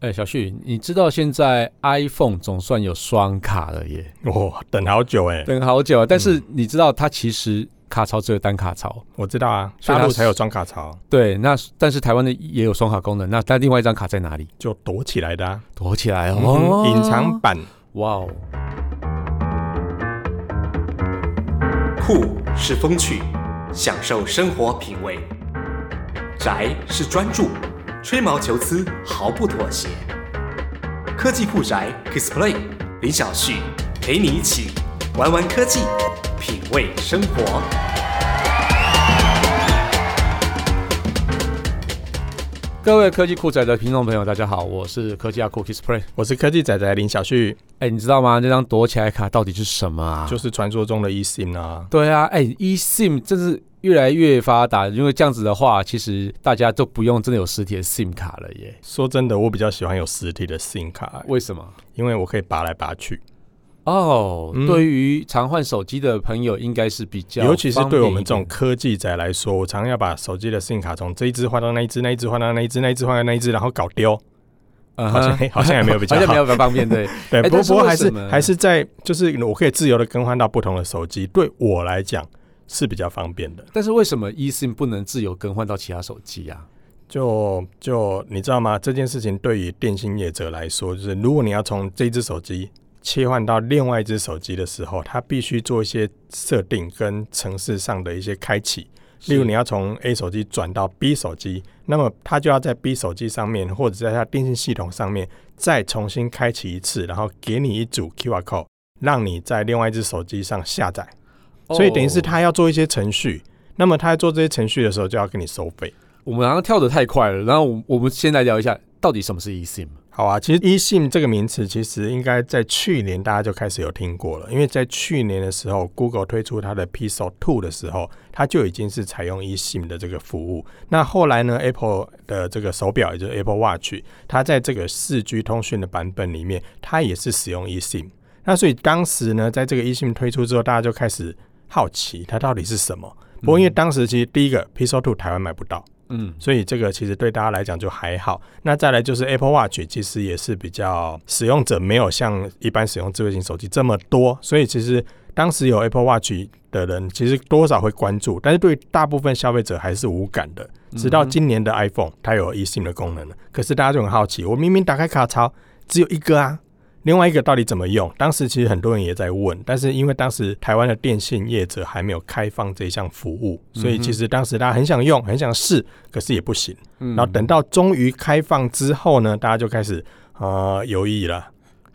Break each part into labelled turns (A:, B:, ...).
A: 哎、小旭，你知道现在 iPhone 总算有双卡了耶，
B: 哦，等好久哎、
A: 等好久啊。但是你知道它其实卡槽只有单卡槽，
B: 我知道啊，
A: 所以
B: 大
A: 它
B: 陆
A: 是
B: 才有双卡槽，
A: 对。那但是台湾的也有双卡功能，那它另外一张卡在哪里？
B: 就躲起来的、啊，
A: 躲起来
B: 嗯
A: 哦，
B: 哼隐、藏。版
A: 哇哦，
C: 酷是风趣，享受生活品味；宅是专注，吹毛求疵，毫不妥协。科技酷宅 Kisplay 林小旭陪你一起玩玩科技，品味生活。
A: 各位科技酷仔的听众朋友，大家好，我是科技阿酷 Kiss Play。
B: 我是科技仔仔林小旭，
A: 哎、你知道吗？那张躲起来卡到底是什么啊？
B: 就是传说中的 eSIM 啊。
A: 对啊，哎、e s i m 真是越来越发达，因为这样子的话，其实大家都不用真的有实体的 SIM 卡了耶。
B: 说真的，我比较喜欢有实体的 SIM 卡、欸
A: 为什么？
B: 因为我可以拔来拔去，
A: 哦、
B: 嗯
A: 对于常换手机的朋友，应该是比较，
B: 尤其是对我们这种，科技仔来说，我常要把手机的 SIM 卡从这一只换到那一只，那一只换到那一只，那一只换到那一只，然后搞丢，
A: 嗯
B: 好像
A: 哼
B: 好像也没有比较
A: 好像
B: 好
A: 没。有比较方便， 对，
B: 对，
A: 哎
B: 不
A: 但
B: 过
A: 是
B: 不过
A: 为
B: 还
A: 什
B: 是
A: 么
B: 还是在，就是我可以自由的更换到不同的手机，对我来讲是比较方便的。
A: 但是为什么 E eSIM 不能自由更换到其他手机啊？
B: 就就你知道吗？这件事情对于电信业者来说，就是如果你要从这只手机切换到另外一只手机的时候，它必须做一些设定跟程式上的一些开启。例如你要从 A 手机转到 B 手机，那么它就要在 B 手机上面或者在它电信系统上面再重新开启一次，然后给你一组 QR code，让你在另外一只手机上下载。所以等于是
A: 哦
B: 他要做一些程序，那么他在做这些程序的时候就要跟你收费。
A: 我们好像跳得太快了。然后我我们先来聊一下，到底什么是 E eSIM？
B: 好啊，其实 eSIM 这个名词其实应该在去年大家就开始有听过了，因为在去年的时候，Google 推出它的 Pixel 2的时候，它就已经是采用 eSIM 的这个服务。那后来呢，Apple 的这个手表，也就是 Apple Watch，它在这个四 G 通讯的版本里面，它也是使用 eSIM。那所以当时呢，在这个 eSIM 推出之后，大家就开始好奇它到底是什么。不过因为当时其实第一个 Pixel 2台湾买不到。
A: 嗯，
B: 所以这个其实对大家来讲就还好。那再来就是 Apple Watch，其实也是比较使用者没有像一般使用智慧型手机这么多，所以其实当时有 Apple Watch 的人，其实多少会关注，但是对大部分消费者还是无感的。直到今年的 iPhone，它有 eSIM 的功能了，可是大家就很好奇，我明明打开卡槽只有一个啊。另外一个到底怎么用？当时其实很多人也在问，但是因为当时台湾的电信业者还没有开放这项服务，所以其实当时大家很想用，很想试，可是也不行。
A: 嗯
B: 然后等到终于开放之后呢，大家就开始呃犹豫了。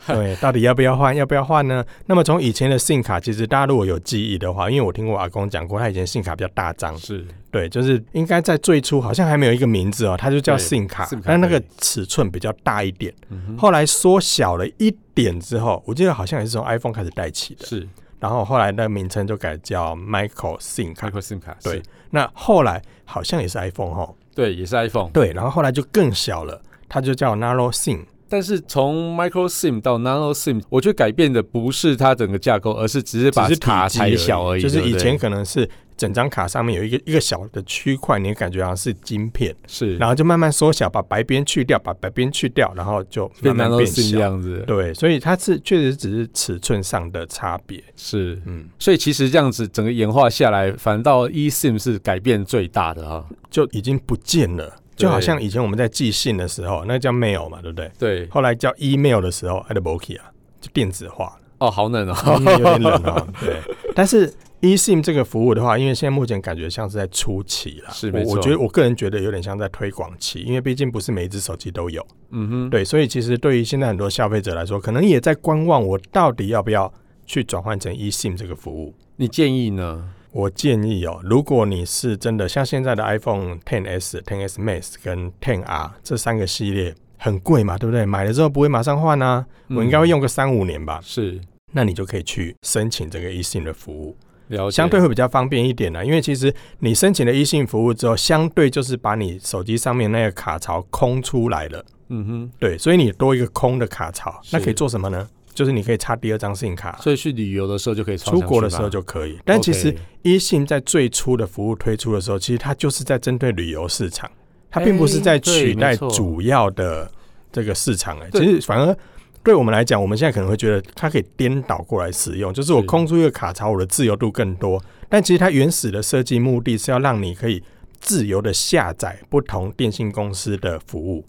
B: 对，到底要不要换？要不要换呢？那么从以前的信卡，其实大家如果有记忆的话，因为我听过阿公讲过，他以前信卡比较大张，
A: 是
B: 对，就是应该在最初好像还没有一个名字哦，它就叫
A: 对
B: 信卡
A: 信，卡
B: 但那个
A: 对
B: 尺寸比较大一点，
A: 嗯哼
B: 后来缩小了一点之后，我记得好像也是从 iPhone 开始带起的，
A: 是
B: 然后后来那个名称就改叫 Micro SIM 卡。
A: micro SIM 卡，
B: 对
A: 是，
B: 那后来好像也是 iPhone 哈，
A: 对，也是 iPhone。
B: 对，然后后来就更小了，它就叫 Narrow SIM。
A: 但是从 micro SIM 到 nano SIM，我觉得改变的不是它整个架构，而是只是把
B: 只是
A: 卡
B: 体积
A: 裁小而已。
B: 就是
A: 对
B: 以
A: 不对
B: 前可能是整张卡上面有一个一个小的区块，你感觉好像是晶片，
A: 是
B: 然后就慢慢缩小，把白边去掉，把白边去掉，然后就慢
A: 变
B: 慢
A: nano
B: 变
A: SIM 这
B: 小。
A: 样子，
B: 对，所以它是确实只是尺寸上的差别。
A: 是。
B: 嗯，
A: 所以其实这样子整个演化下来，反倒 eSIM 是改变最大的啊。
B: 就已经不见了，就好
A: 对
B: 像以前我们在寄信的时候，那叫 mail 嘛，对不对？
A: 对，
B: 后来叫 email 的时候，它就 b o k 啊，就电子化了。
A: 哦，好冷哦。
B: 嗯有点冷哦。对，但是 eSIM 这个服务的话，因为现在目前感觉像是在初期啦，
A: 是没
B: 我
A: 错
B: 我觉得我个人觉得有点像在推广期，因为毕竟不是每一只手机都有。
A: 嗯哼，
B: 对，所以其实对于现在很多消费者来说，可能也在观望我到底要不要去转换成 eSIM 这个服务。
A: 你建议呢？
B: 我建议哦，如果你是真的像现在的 iPhone 10s、10s Max 跟 10R 这三个系列很贵嘛，对不对？买了之后不会马上换啊，
A: 嗯
B: 我应该会用个三五年吧，
A: 是
B: 那你就可以去申请这个 eSIM 的服务。
A: 了解，
B: 相对会比较方便一点啦，因为其实你申请了一信服务之后，相对就是把你手机上面那个卡槽空出来了，
A: 嗯
B: 对，所以你多一个空的卡槽，
A: 是
B: 那可以做什么呢？就是你可以插第二张信卡
A: 哼，，所以去旅游的时候就可以穿
B: 出
A: 上去吧，
B: 国的时候就可以。但其实
A: OK
B: 一信在最初的服务推出的时候，其实它就是在针对旅游市场，它并不是在
A: 哎对
B: 取代
A: 没错
B: 主要的这个市场、欸。哎，
A: 对
B: 其实反而对我们来讲，我们现在可能会觉得它可以颠倒过来使用，就是我
A: 是
B: 空出一个卡槽，我的自由度更多。但其实它原始的设计目的是要让你可以自由的下载不同电信公司的服务。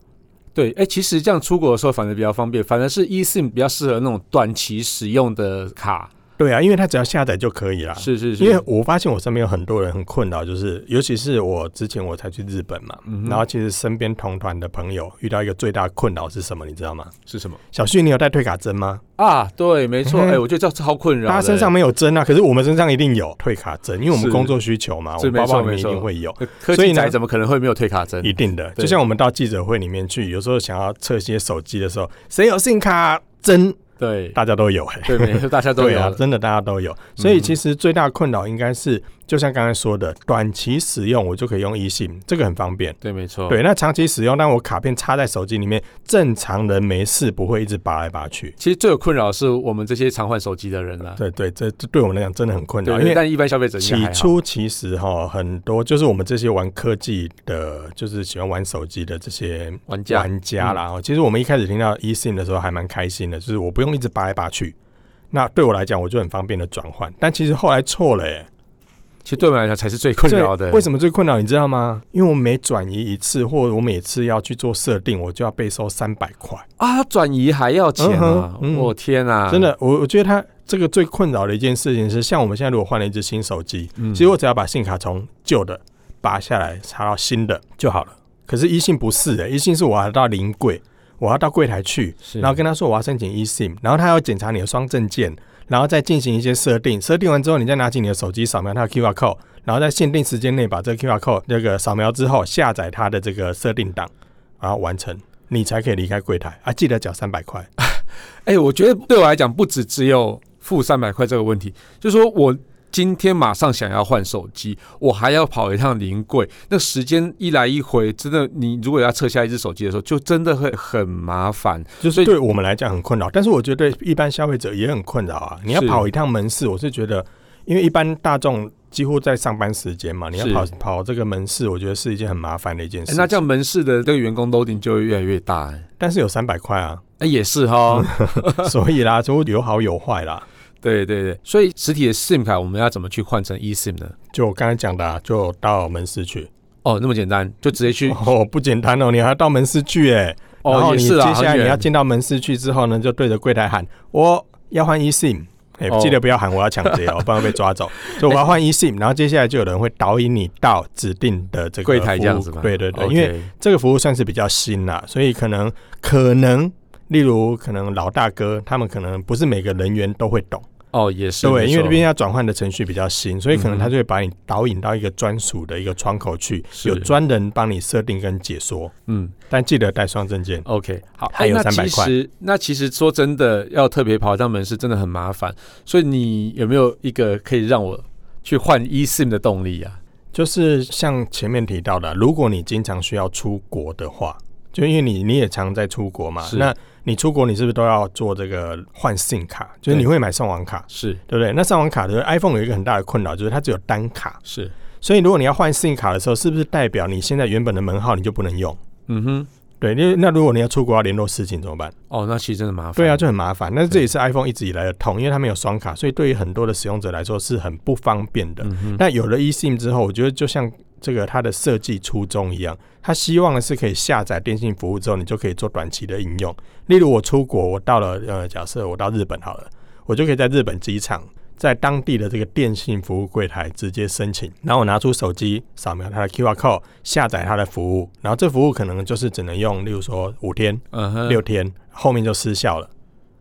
A: 对，哎、其实这样出国的时候反而比较方便，反而是 eSIM 比较适合那种短期使用的卡。
B: 对啊，因为它只要下载就可以啦。
A: 是是是，
B: 因为我发现我身边有很多人很困扰，就是尤其是我之前我才去日本嘛，
A: 嗯哼
B: 然后其实身边同团的朋友遇到一个最大的困扰是什么，你知道吗？
A: 是什么
B: 小旭，你有带退卡针吗？
A: 啊？对，没错，
B: 嗯
A: 哎、我觉得这超困扰的。
B: 大家身上没有针啊，可是我们身上一定有退卡针，因为我们
A: 是
B: 工作需求嘛，我
A: 是没
B: 们包
A: 错
B: 包里
A: 没
B: 面一
A: 错
B: 定会有。
A: 科
B: 所以
A: 技
B: 呢
A: 宅怎么可能会没有退卡针？
B: 一定的，
A: 对
B: 就像我们到记者会里面去，有时候想要测一些手机的时候，谁有 SIM 卡针，
A: 对
B: 大家都有、欸。
A: 对，没错，大家都
B: 对
A: 有
B: 啊，
A: 了。嗯
B: 真的大家都有。所以其实最大的困扰应该是，就像刚才说的，短期使用我就可以用 eSIM，这个很方便。
A: 对，没错。
B: 对，那长期使用，但我卡片插在手机里面，正常人没事不会一直拔来拔去。
A: 其实最有困扰的是我们这些常换手机的人啦、
B: 对对，这这对我们来讲真的很困
A: 对
B: 扰，
A: 啊对，
B: 因为
A: 但一般消费者应该
B: 起
A: 还好
B: 初其实哈，很多就是我们这些玩科技的，就是喜欢玩手机的这些
A: 玩家嗯
B: 玩家啦。哦其实我们一开始听到 eSIM 的时候还蛮开心的，就是我不用一直拔来拔去。那对我来讲，我就很方便的转换。但其实后来错了、欸耶。
A: 其实对我们来讲才是最困扰的。
B: 这为什么最困扰？你知道吗？因为我每转移一次，或者我每次要去做设定，我就要被收三百块。
A: 啊？转移还要钱啊
B: 嗯哼！嗯
A: 我天啊！
B: 真，的，我我觉得它这个最困扰的一件事情是，像我们现在如果换了一只新手机，
A: 嗯
B: 其实我只要把信卡从旧的拔下来插到新的就好了。可是一信不是的、一信是我要到临柜，我要到柜台去，
A: 是
B: 然后跟他说我要申请 eSIM，然后他要检查你的双证件，然后再进行一些设定。设定完之后，你再拿起你的手机扫描它的 QR code，然后在限定时间内把这个 QR code 这个扫描之后下载它的这个设定档，然后完成，你才可以离开柜台啊！记得缴三百块。
A: 哎、我觉得对我来讲，不止只有付三百块这个问题，就是说我今天马上想要换手机，我还要跑一趟临柜，那时间一来一回，真的，你如果要撤下一只手机的时候，就真的会很麻烦。
B: 就
A: 所
B: 是
A: 以
B: 对我们来讲很困扰，但是我觉得对一般消费者也很困扰啊。你要
A: 是
B: 跑一趟门市，我是觉得，因为一般大众几乎在上班时间嘛，你要
A: 是
B: 跑跑这个门市，我觉得是一件很麻烦的一件
A: 哎
B: 事情。
A: 那这样门市的这个员工 loading 就会越来越大、哎
B: 但是有三百块啊，
A: 哎、也是哈，
B: 所以啦，就有好有坏啦。
A: 对对对，所以实体的 SIM 卡我们要怎么去换成 eSIM 呢？
B: 就我刚才讲的、啊，就到门市去。
A: 哦，那么简单，就直接去
B: 哦，不简单哦，你还要到门市去哎、然
A: 哦，
B: 后
A: 也
B: 你
A: 是
B: 接
A: 啊，
B: 下来
A: 很
B: 你要
A: 远
B: 进到门市去之后呢，就对着柜台喊：“我要换 eSIM。”哎、
A: 哦
B: 记得不要喊我要抢 劫哦，不然会被抓走。就我要换 eSIM，然后接下来就有人会导引你到指定的这个
A: 柜台这样子
B: 服务
A: 吗？
B: 对对对
A: OK
B: 因为这个服务算是比较新啦，所以可能可能，例如可能老大哥他们可能不是每个人员都会懂，
A: 哦也是嗯
B: 对，因
A: 这
B: 为这
A: 边
B: 边要转换的程序比较新，所以可能他就会把你导引到一个专属的一个窗口去，
A: 是
B: 有专人帮你设定跟解说，
A: 嗯
B: 但记得带双证件。
A: OK 好，
B: 还有
A: 哎那
B: 300
A: 其实那其实说真的，要特别跑一趟门市真的很麻烦，所以你有没有一个可以让我去换 eSIM 的动力啊？
B: 就是像前面提到的，如果你经常需要出国的话，就因为你你也常在出国嘛，
A: 是
B: 那你出国你是不是都要做这个换 SIM 卡？就是
A: 对
B: 你会买上网卡，
A: 是
B: 对不对？那上网卡的 iPhone 有一个很大的困扰，就是它只有单卡，
A: 是，
B: 所以如果你要换 SIM 卡的时候，是不是代表你现在原本的门号你就不能用？
A: 嗯哼，
B: 对，因为那如果你要出国要联络事情怎么办？
A: 哦那其实真的麻烦，
B: 对啊，就很麻烦。那这也是 iPhone 一直以来的痛，因为它没有双卡，所以对于很多的使用者来说是很不方便的。
A: 嗯哼，
B: 那有了 eSIM 之后，我觉得就像这个它的设计初衷一样，它希望的是可以下载电信服务之后，你就可以做短期的应用。例如我出国，我到了呃，假设我到日本好了，我就可以在日本机场。在当地的这个电信服务柜台直接申请，然后我拿出手机扫描它的 QR code，下载它的服务，然后这服务可能就是只能用，例如说五天、
A: 嗯哼，
B: 六天，后面就失效了。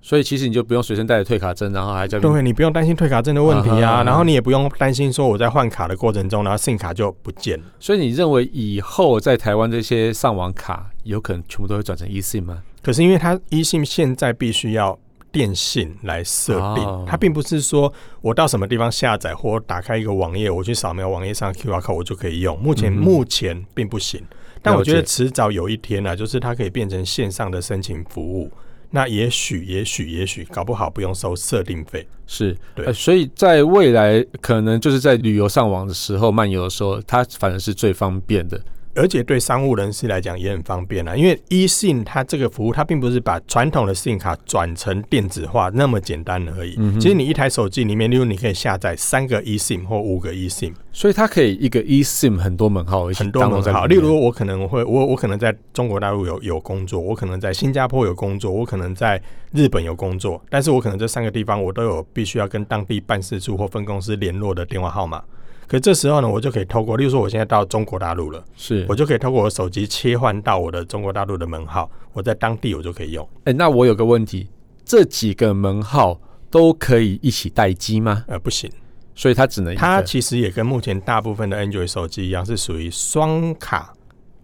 A: 所以其实你就不用随身带着退卡针，然后还在那边
B: 对，你不用担心退卡证的问题
A: 啊哈
B: 啊，
A: 啊
B: 然后你也不用担心说我在换卡的过程中，然后 SIM 卡就不见了。
A: 所以你认为以后在台湾这些上网卡有可能全部都会转成 eSIM 吗？
B: 可是因为它一信现在必须要电信来设定，
A: 哦
B: 它并不是说我到什么地方下载或打开一个网页，我去扫描网页上的 QR code 我就可以用。目前、
A: 嗯哼
B: 目前并不行，但我觉得
A: 了解
B: 迟早有一天呢、啊，就是它可以变成线上的申请服务。那也许，也许，也许，搞不好不用收设定费。
A: 是，
B: 对
A: 呃所以在未来可能就是在旅游上网的时候、漫游的时候，它反而是最方便的。
B: 而且对商务人士来讲也很方便啊，因为 eSIM 它这个服务，它并不是把传统的 SIM 卡转成电子化那么简单而已。其实你一台手机里面，例如你可以下载三个 E eSIM 或五个 eSIM，
A: 所以它可以一个 eSIM 很多门号一起
B: 很多
A: download 在
B: 很好。
A: 里
B: 例
A: 面
B: 如我可能会，我我可能在中国大陆有有工作，我可能在新加坡有工作，我可能在日本有工作，但是我可能这三个地方我都有必须要跟当地办事处或分公司联络的电话号码。可这时候呢，我就可以透过，例如说我现在到中国大陆了。
A: 是
B: 我就可以透过我手机切换到我的中国大陆的门号，我在当地我就可以用。
A: 哎、那我有个问题，这几个门号都可以一起待机吗？
B: 呃，不行，
A: 所以它只能一
B: 它
A: 个
B: 其实也跟目前大部分的 Android 手机一样，是属于双卡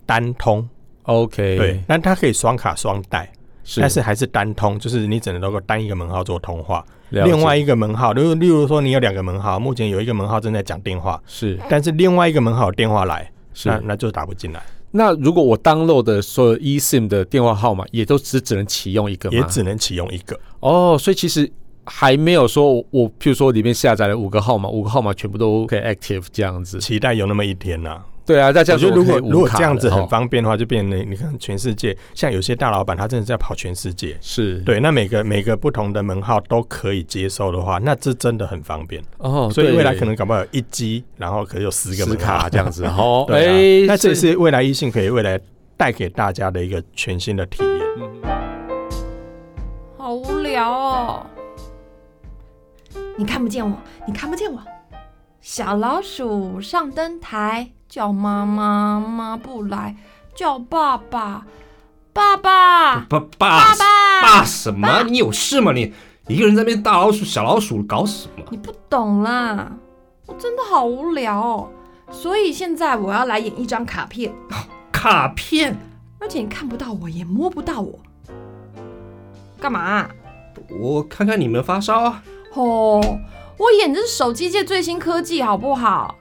B: 单通。
A: OK，
B: 对，，但它可以双卡双待，
A: 是，
B: 但是还是单通，就是你只能透过单一个门号做通话。
A: 了解
B: 另外一个门号，例如例如说你有两个门号，目前有一个门号正在讲电话，
A: 是
B: 但是另外一个门号有电话来，
A: 是
B: 那
A: 那
B: 那就打不进来，
A: 如果我 download 的所有 eSIM 的电话号码，也都只只能启用一个吗？
B: 也只能启用一个。
A: 哦，所以其实还没有说我我譬如说里面下载了五个号码，五个号码全部都可以 active 这样子。
B: 期待有那么一天呐、
A: 对啊，那这样
B: 我
A: 子
B: 觉得如
A: 可
B: 果
A: 以无
B: 如果
A: 卡
B: 这样子
A: 了
B: 很
A: 哦
B: 方便的话，就变成你看全世界，像有些大老板他真的是要跑全世界。
A: 是
B: 对，那每个每个不同的门号都可以接收的话，那这真的很方便。
A: 哦，
B: 所以
A: 对
B: 未来可能搞不好有一机，然后可能有十个
A: 死
B: 门号。
A: 卡这样。子哦
B: 对啊，那这
A: 这
B: 也是未来一信可以未来带给大家的一个全新的体验。
A: 嗯
D: 好无聊哦。
E: 你看不见我，你看不见我。
D: 小老鼠上灯台，叫妈妈，妈不来；叫爸爸，爸爸，
F: 爸爸
D: 爸爸
F: 爸什么？你有事吗你？一个人在那边大老鼠小老鼠搞什么？
D: 你不懂啦。我真的好无聊哦，
E: 所以现在我要来演一张卡片，
F: 卡片？
E: 而且你看不到我，也摸不到我。干嘛啊、
F: 我看看你们发烧啊！
D: 哦，我演的是手机界最新科技，好不好？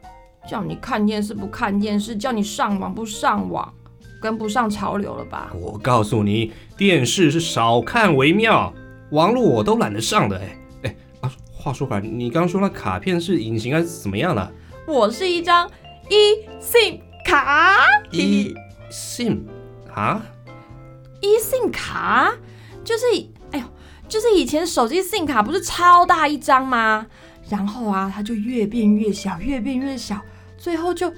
D: 叫你看电视不看电视，叫你上网不上网，跟不上潮流了吧？
F: 我告诉你，电视是少看为妙，网络我都懒得上的。哎哎啊，话说回来，你刚刚说那卡片是隐形还是怎么样了？
D: 我是一张 e SIM 卡
F: 一 sim 啊？
D: ，e SIM 卡就是，哎呦，就是以前手机 SIM 卡不是超大一张吗？然后啊，它就越变越小，越变越小，最后就咻，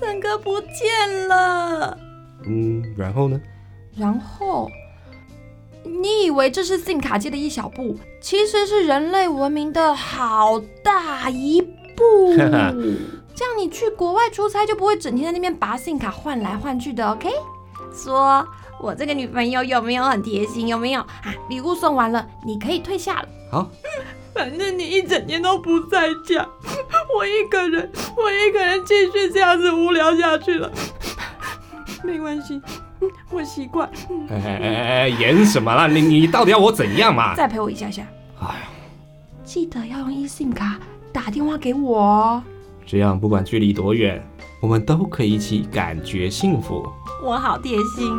D: 整个不见了。
F: 嗯，然后呢？
D: 然后，你以为这是 SIM 卡界的一小步，其实是人类文明的好大一 步。这样你去国外出差就不会整天在那边拔 SIM 卡换来换去的，OK？说我这个女朋友有没有很贴心？有没有啊？礼物送完了，你可以退下了。
F: 好，
D: 反正你一整天都不在家， 我一个人，我一个人继续这样子无聊下去了。 没关系，我习惯。
F: 哎哎哎哎，演什么啦？你你到底要我怎样嘛？
D: 再陪我一下下。
F: 哎呀，
D: 记得要用 eSIM 卡打电话给我哦。
F: 这样不管距离多远，我们都可以一起感觉幸福。
D: 我好贴心。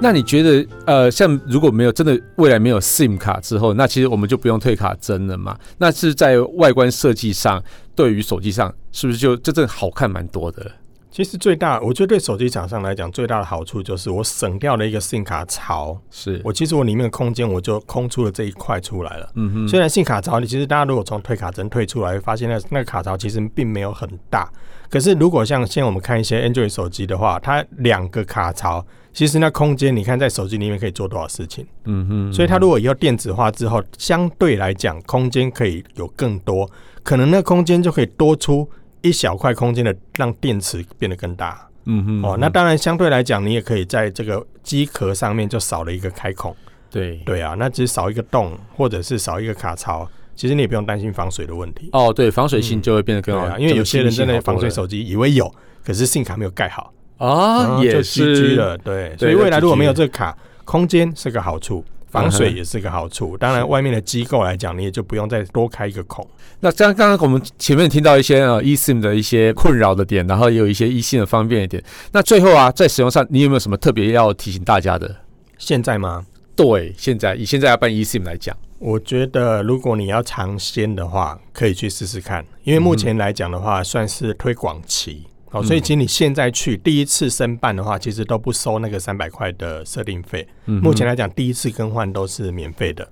A: 那你觉得，呃，像如果没有真的未来没有 SIM 卡之后，那其实我们就不用退卡针了嘛？那是在外观设计上，对于手机上，是不是就这真的好看蛮多的？
B: 其实最大，我觉得对手机厂商来讲，最大的好处就是我省掉了一个 SIM 卡槽，
A: 是，
B: 我其实我里面的空间我就空出了这一块出来了。
A: 嗯哼，
B: 虽然信卡槽，你其实大家如果从退卡针退出来，会发现那那个卡槽其实并没有很大。可是如果像现在我们看一些 Android 手机的话，它两个卡槽，其实那空间你看在手机里面可以做多少事情。
A: 嗯哼，
B: 所以它如果以后电子化之后，相对来讲空间可以有更多，可能那空间就可以多出一小块空间的，让电池变得更大。
A: 嗯哼，
B: 哦，那当然相对来讲，你也可以在这个机壳上面就少了一个开孔。
A: 对。
B: 对啊，那只是少一个洞，或者是少一个卡槽，其实你也不用担心防水的问题。
A: 哦，对，防水性就会变得
B: 对
A: 更好，
B: 啊，因为有些人真的防水
A: 手
B: 手机以为有，可是信卡没有盖好，
A: 啊，
B: 就
A: 也
B: GG
A: 是，
B: 了。对，所以未来如果没有这个卡，空间是个好
A: 嗯
B: 处，防水也是个好处。当然，外面的机构来讲，你也就不用再多开一个孔。
A: 那这样，刚刚我们前面听到一些呃 eSIM 的一些困扰的点，然后也有一些 eSIM 的方便的点。那最后啊，在使用上，你有没有什么特别要提醒大家的？
B: 现在吗？
A: 对，现在以现在要办 eSIM 来讲，
B: 我觉得如果你要尝鲜的话，可以去试试看，因为目前来讲的话，算是推广期。哦，
A: 嗯
B: 所以其实你现在去第一次申办的话，其实都不收那个三百块的设定费。
A: 嗯哼
B: 目前来讲，第一次更换都是免费的，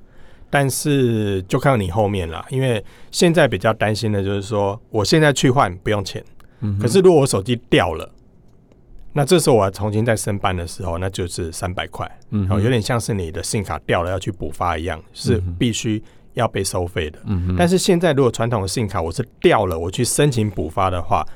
B: 但是就看你后面啦。因为现在比较担心的就是说，我现在去换不用钱，
A: 嗯哼
B: 可是如果我手机掉了，那这时候我要重新再申办的时候，那就是三百块。
A: 嗯
B: 哦，
A: 哼
B: 有点像是你的信卡掉了要去补发一样，是
A: 嗯哼
B: 必须要被收费的。
A: 嗯哼
B: 但是现在如果传统的信卡我是掉了，我去申请补发的话，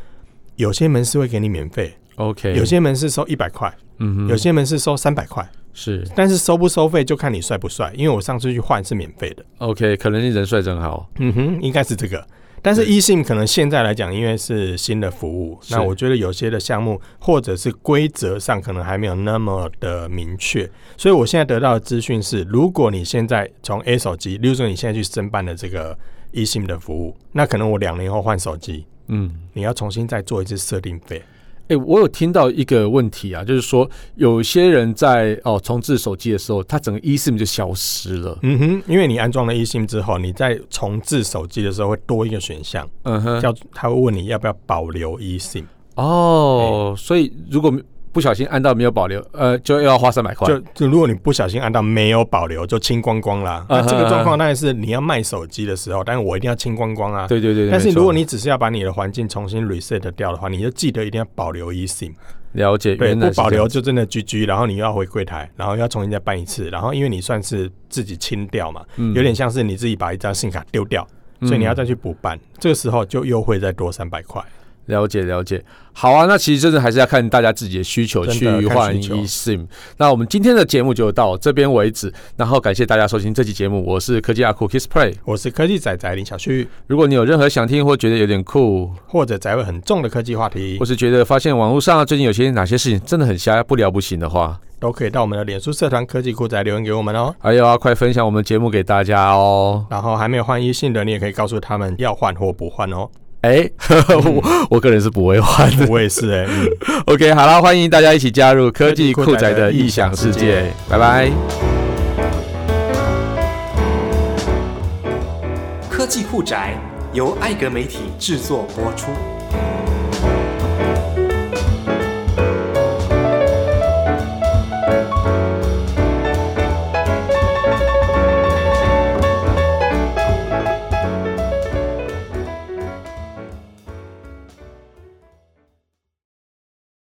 B: 有些门市会给你免费，
A: OK，
B: 有些门市收一百块，
A: 嗯哼
B: 有些门市收三百块，
A: 是
B: 但是收不收费就看你帅不帅，因为我上次去换是免费的。
A: OK，可能你人帅真好，
B: 嗯哼，应该是这个。但是
A: 对
B: 一信可能现在来讲，因为是新的服务，
A: 是
B: 那我觉得有些的项目或者是规则上可能还没有那么的明确，所以我现在得到的资讯是，如果你现在从 A 手机，例如说你现在去申办的这个一信的服务，那可能我两年后换手机，
A: 嗯。
B: 你要重新再做一次设定费。
A: 哎、我有听到一个问题啊，就是说有些人在哦重置手机的时候，他整个 eSIM 就消失了。
B: 嗯哼，因为你安装了一信之后，你在重置手机的时候会多一个选项，
A: 嗯哼，
B: 叫他会问你要不要保留一信。
A: 哦，所以如果不小心按到没有保留，呃，就要花三百块。
B: 就就如果你不小心按到没有保留，就清光光啦。那这
A: 啊哈
B: 个
A: 啊哈
B: 状况当然是你要卖手机的时候，但是我一定要清光光啊。。
A: 对对对，
B: 但是
A: 没错
B: 如果你只是要把你的环境重新 reset 掉的话，你就记得一定要保留 eSIM，
A: 了解，
B: 对，
A: 原来
B: 不
A: 是
B: 保
A: 这
B: 留
A: 样
B: 就真的 GG，然后你又要回柜台，然后又要重新再办一次，然后因为你算是自己清掉嘛，
A: 嗯
B: 有点像是你自己把一张信卡丢掉，所以你要再去补办，这个时候就又会再多三百块。
A: 了解了解，好啊，那其实真的还是要看大家自己的需求去
B: 真的看
A: 换
B: 需求
A: eSIM。那我们今天的节目就到这边为止，然后感谢大家收听这期节目，我是科技阿酷 Kiss Play。
B: 我是科技仔仔林小旭，
A: 如果你有任何想听或觉得有点酷，
B: 或者宅会很重的科技话题
A: 或，是觉得发现网络上最近有些哪些事情真的很瞎，不聊不行的话，
B: 都可以到我们的脸书社团科技酷宅留言给我们哦。
A: 还有啊，快分享我们节目给大家哦。
B: 然后还没有换一信的，你也可以告诉他们要换或不换哦。
A: 哎、 我我个人是不会换的。
B: 我也是哎、嗯
A: OK，好啦，欢迎大家一起加入科技酷宅的异想世界，拜拜。
C: 科技酷宅由艾格媒体制作播出。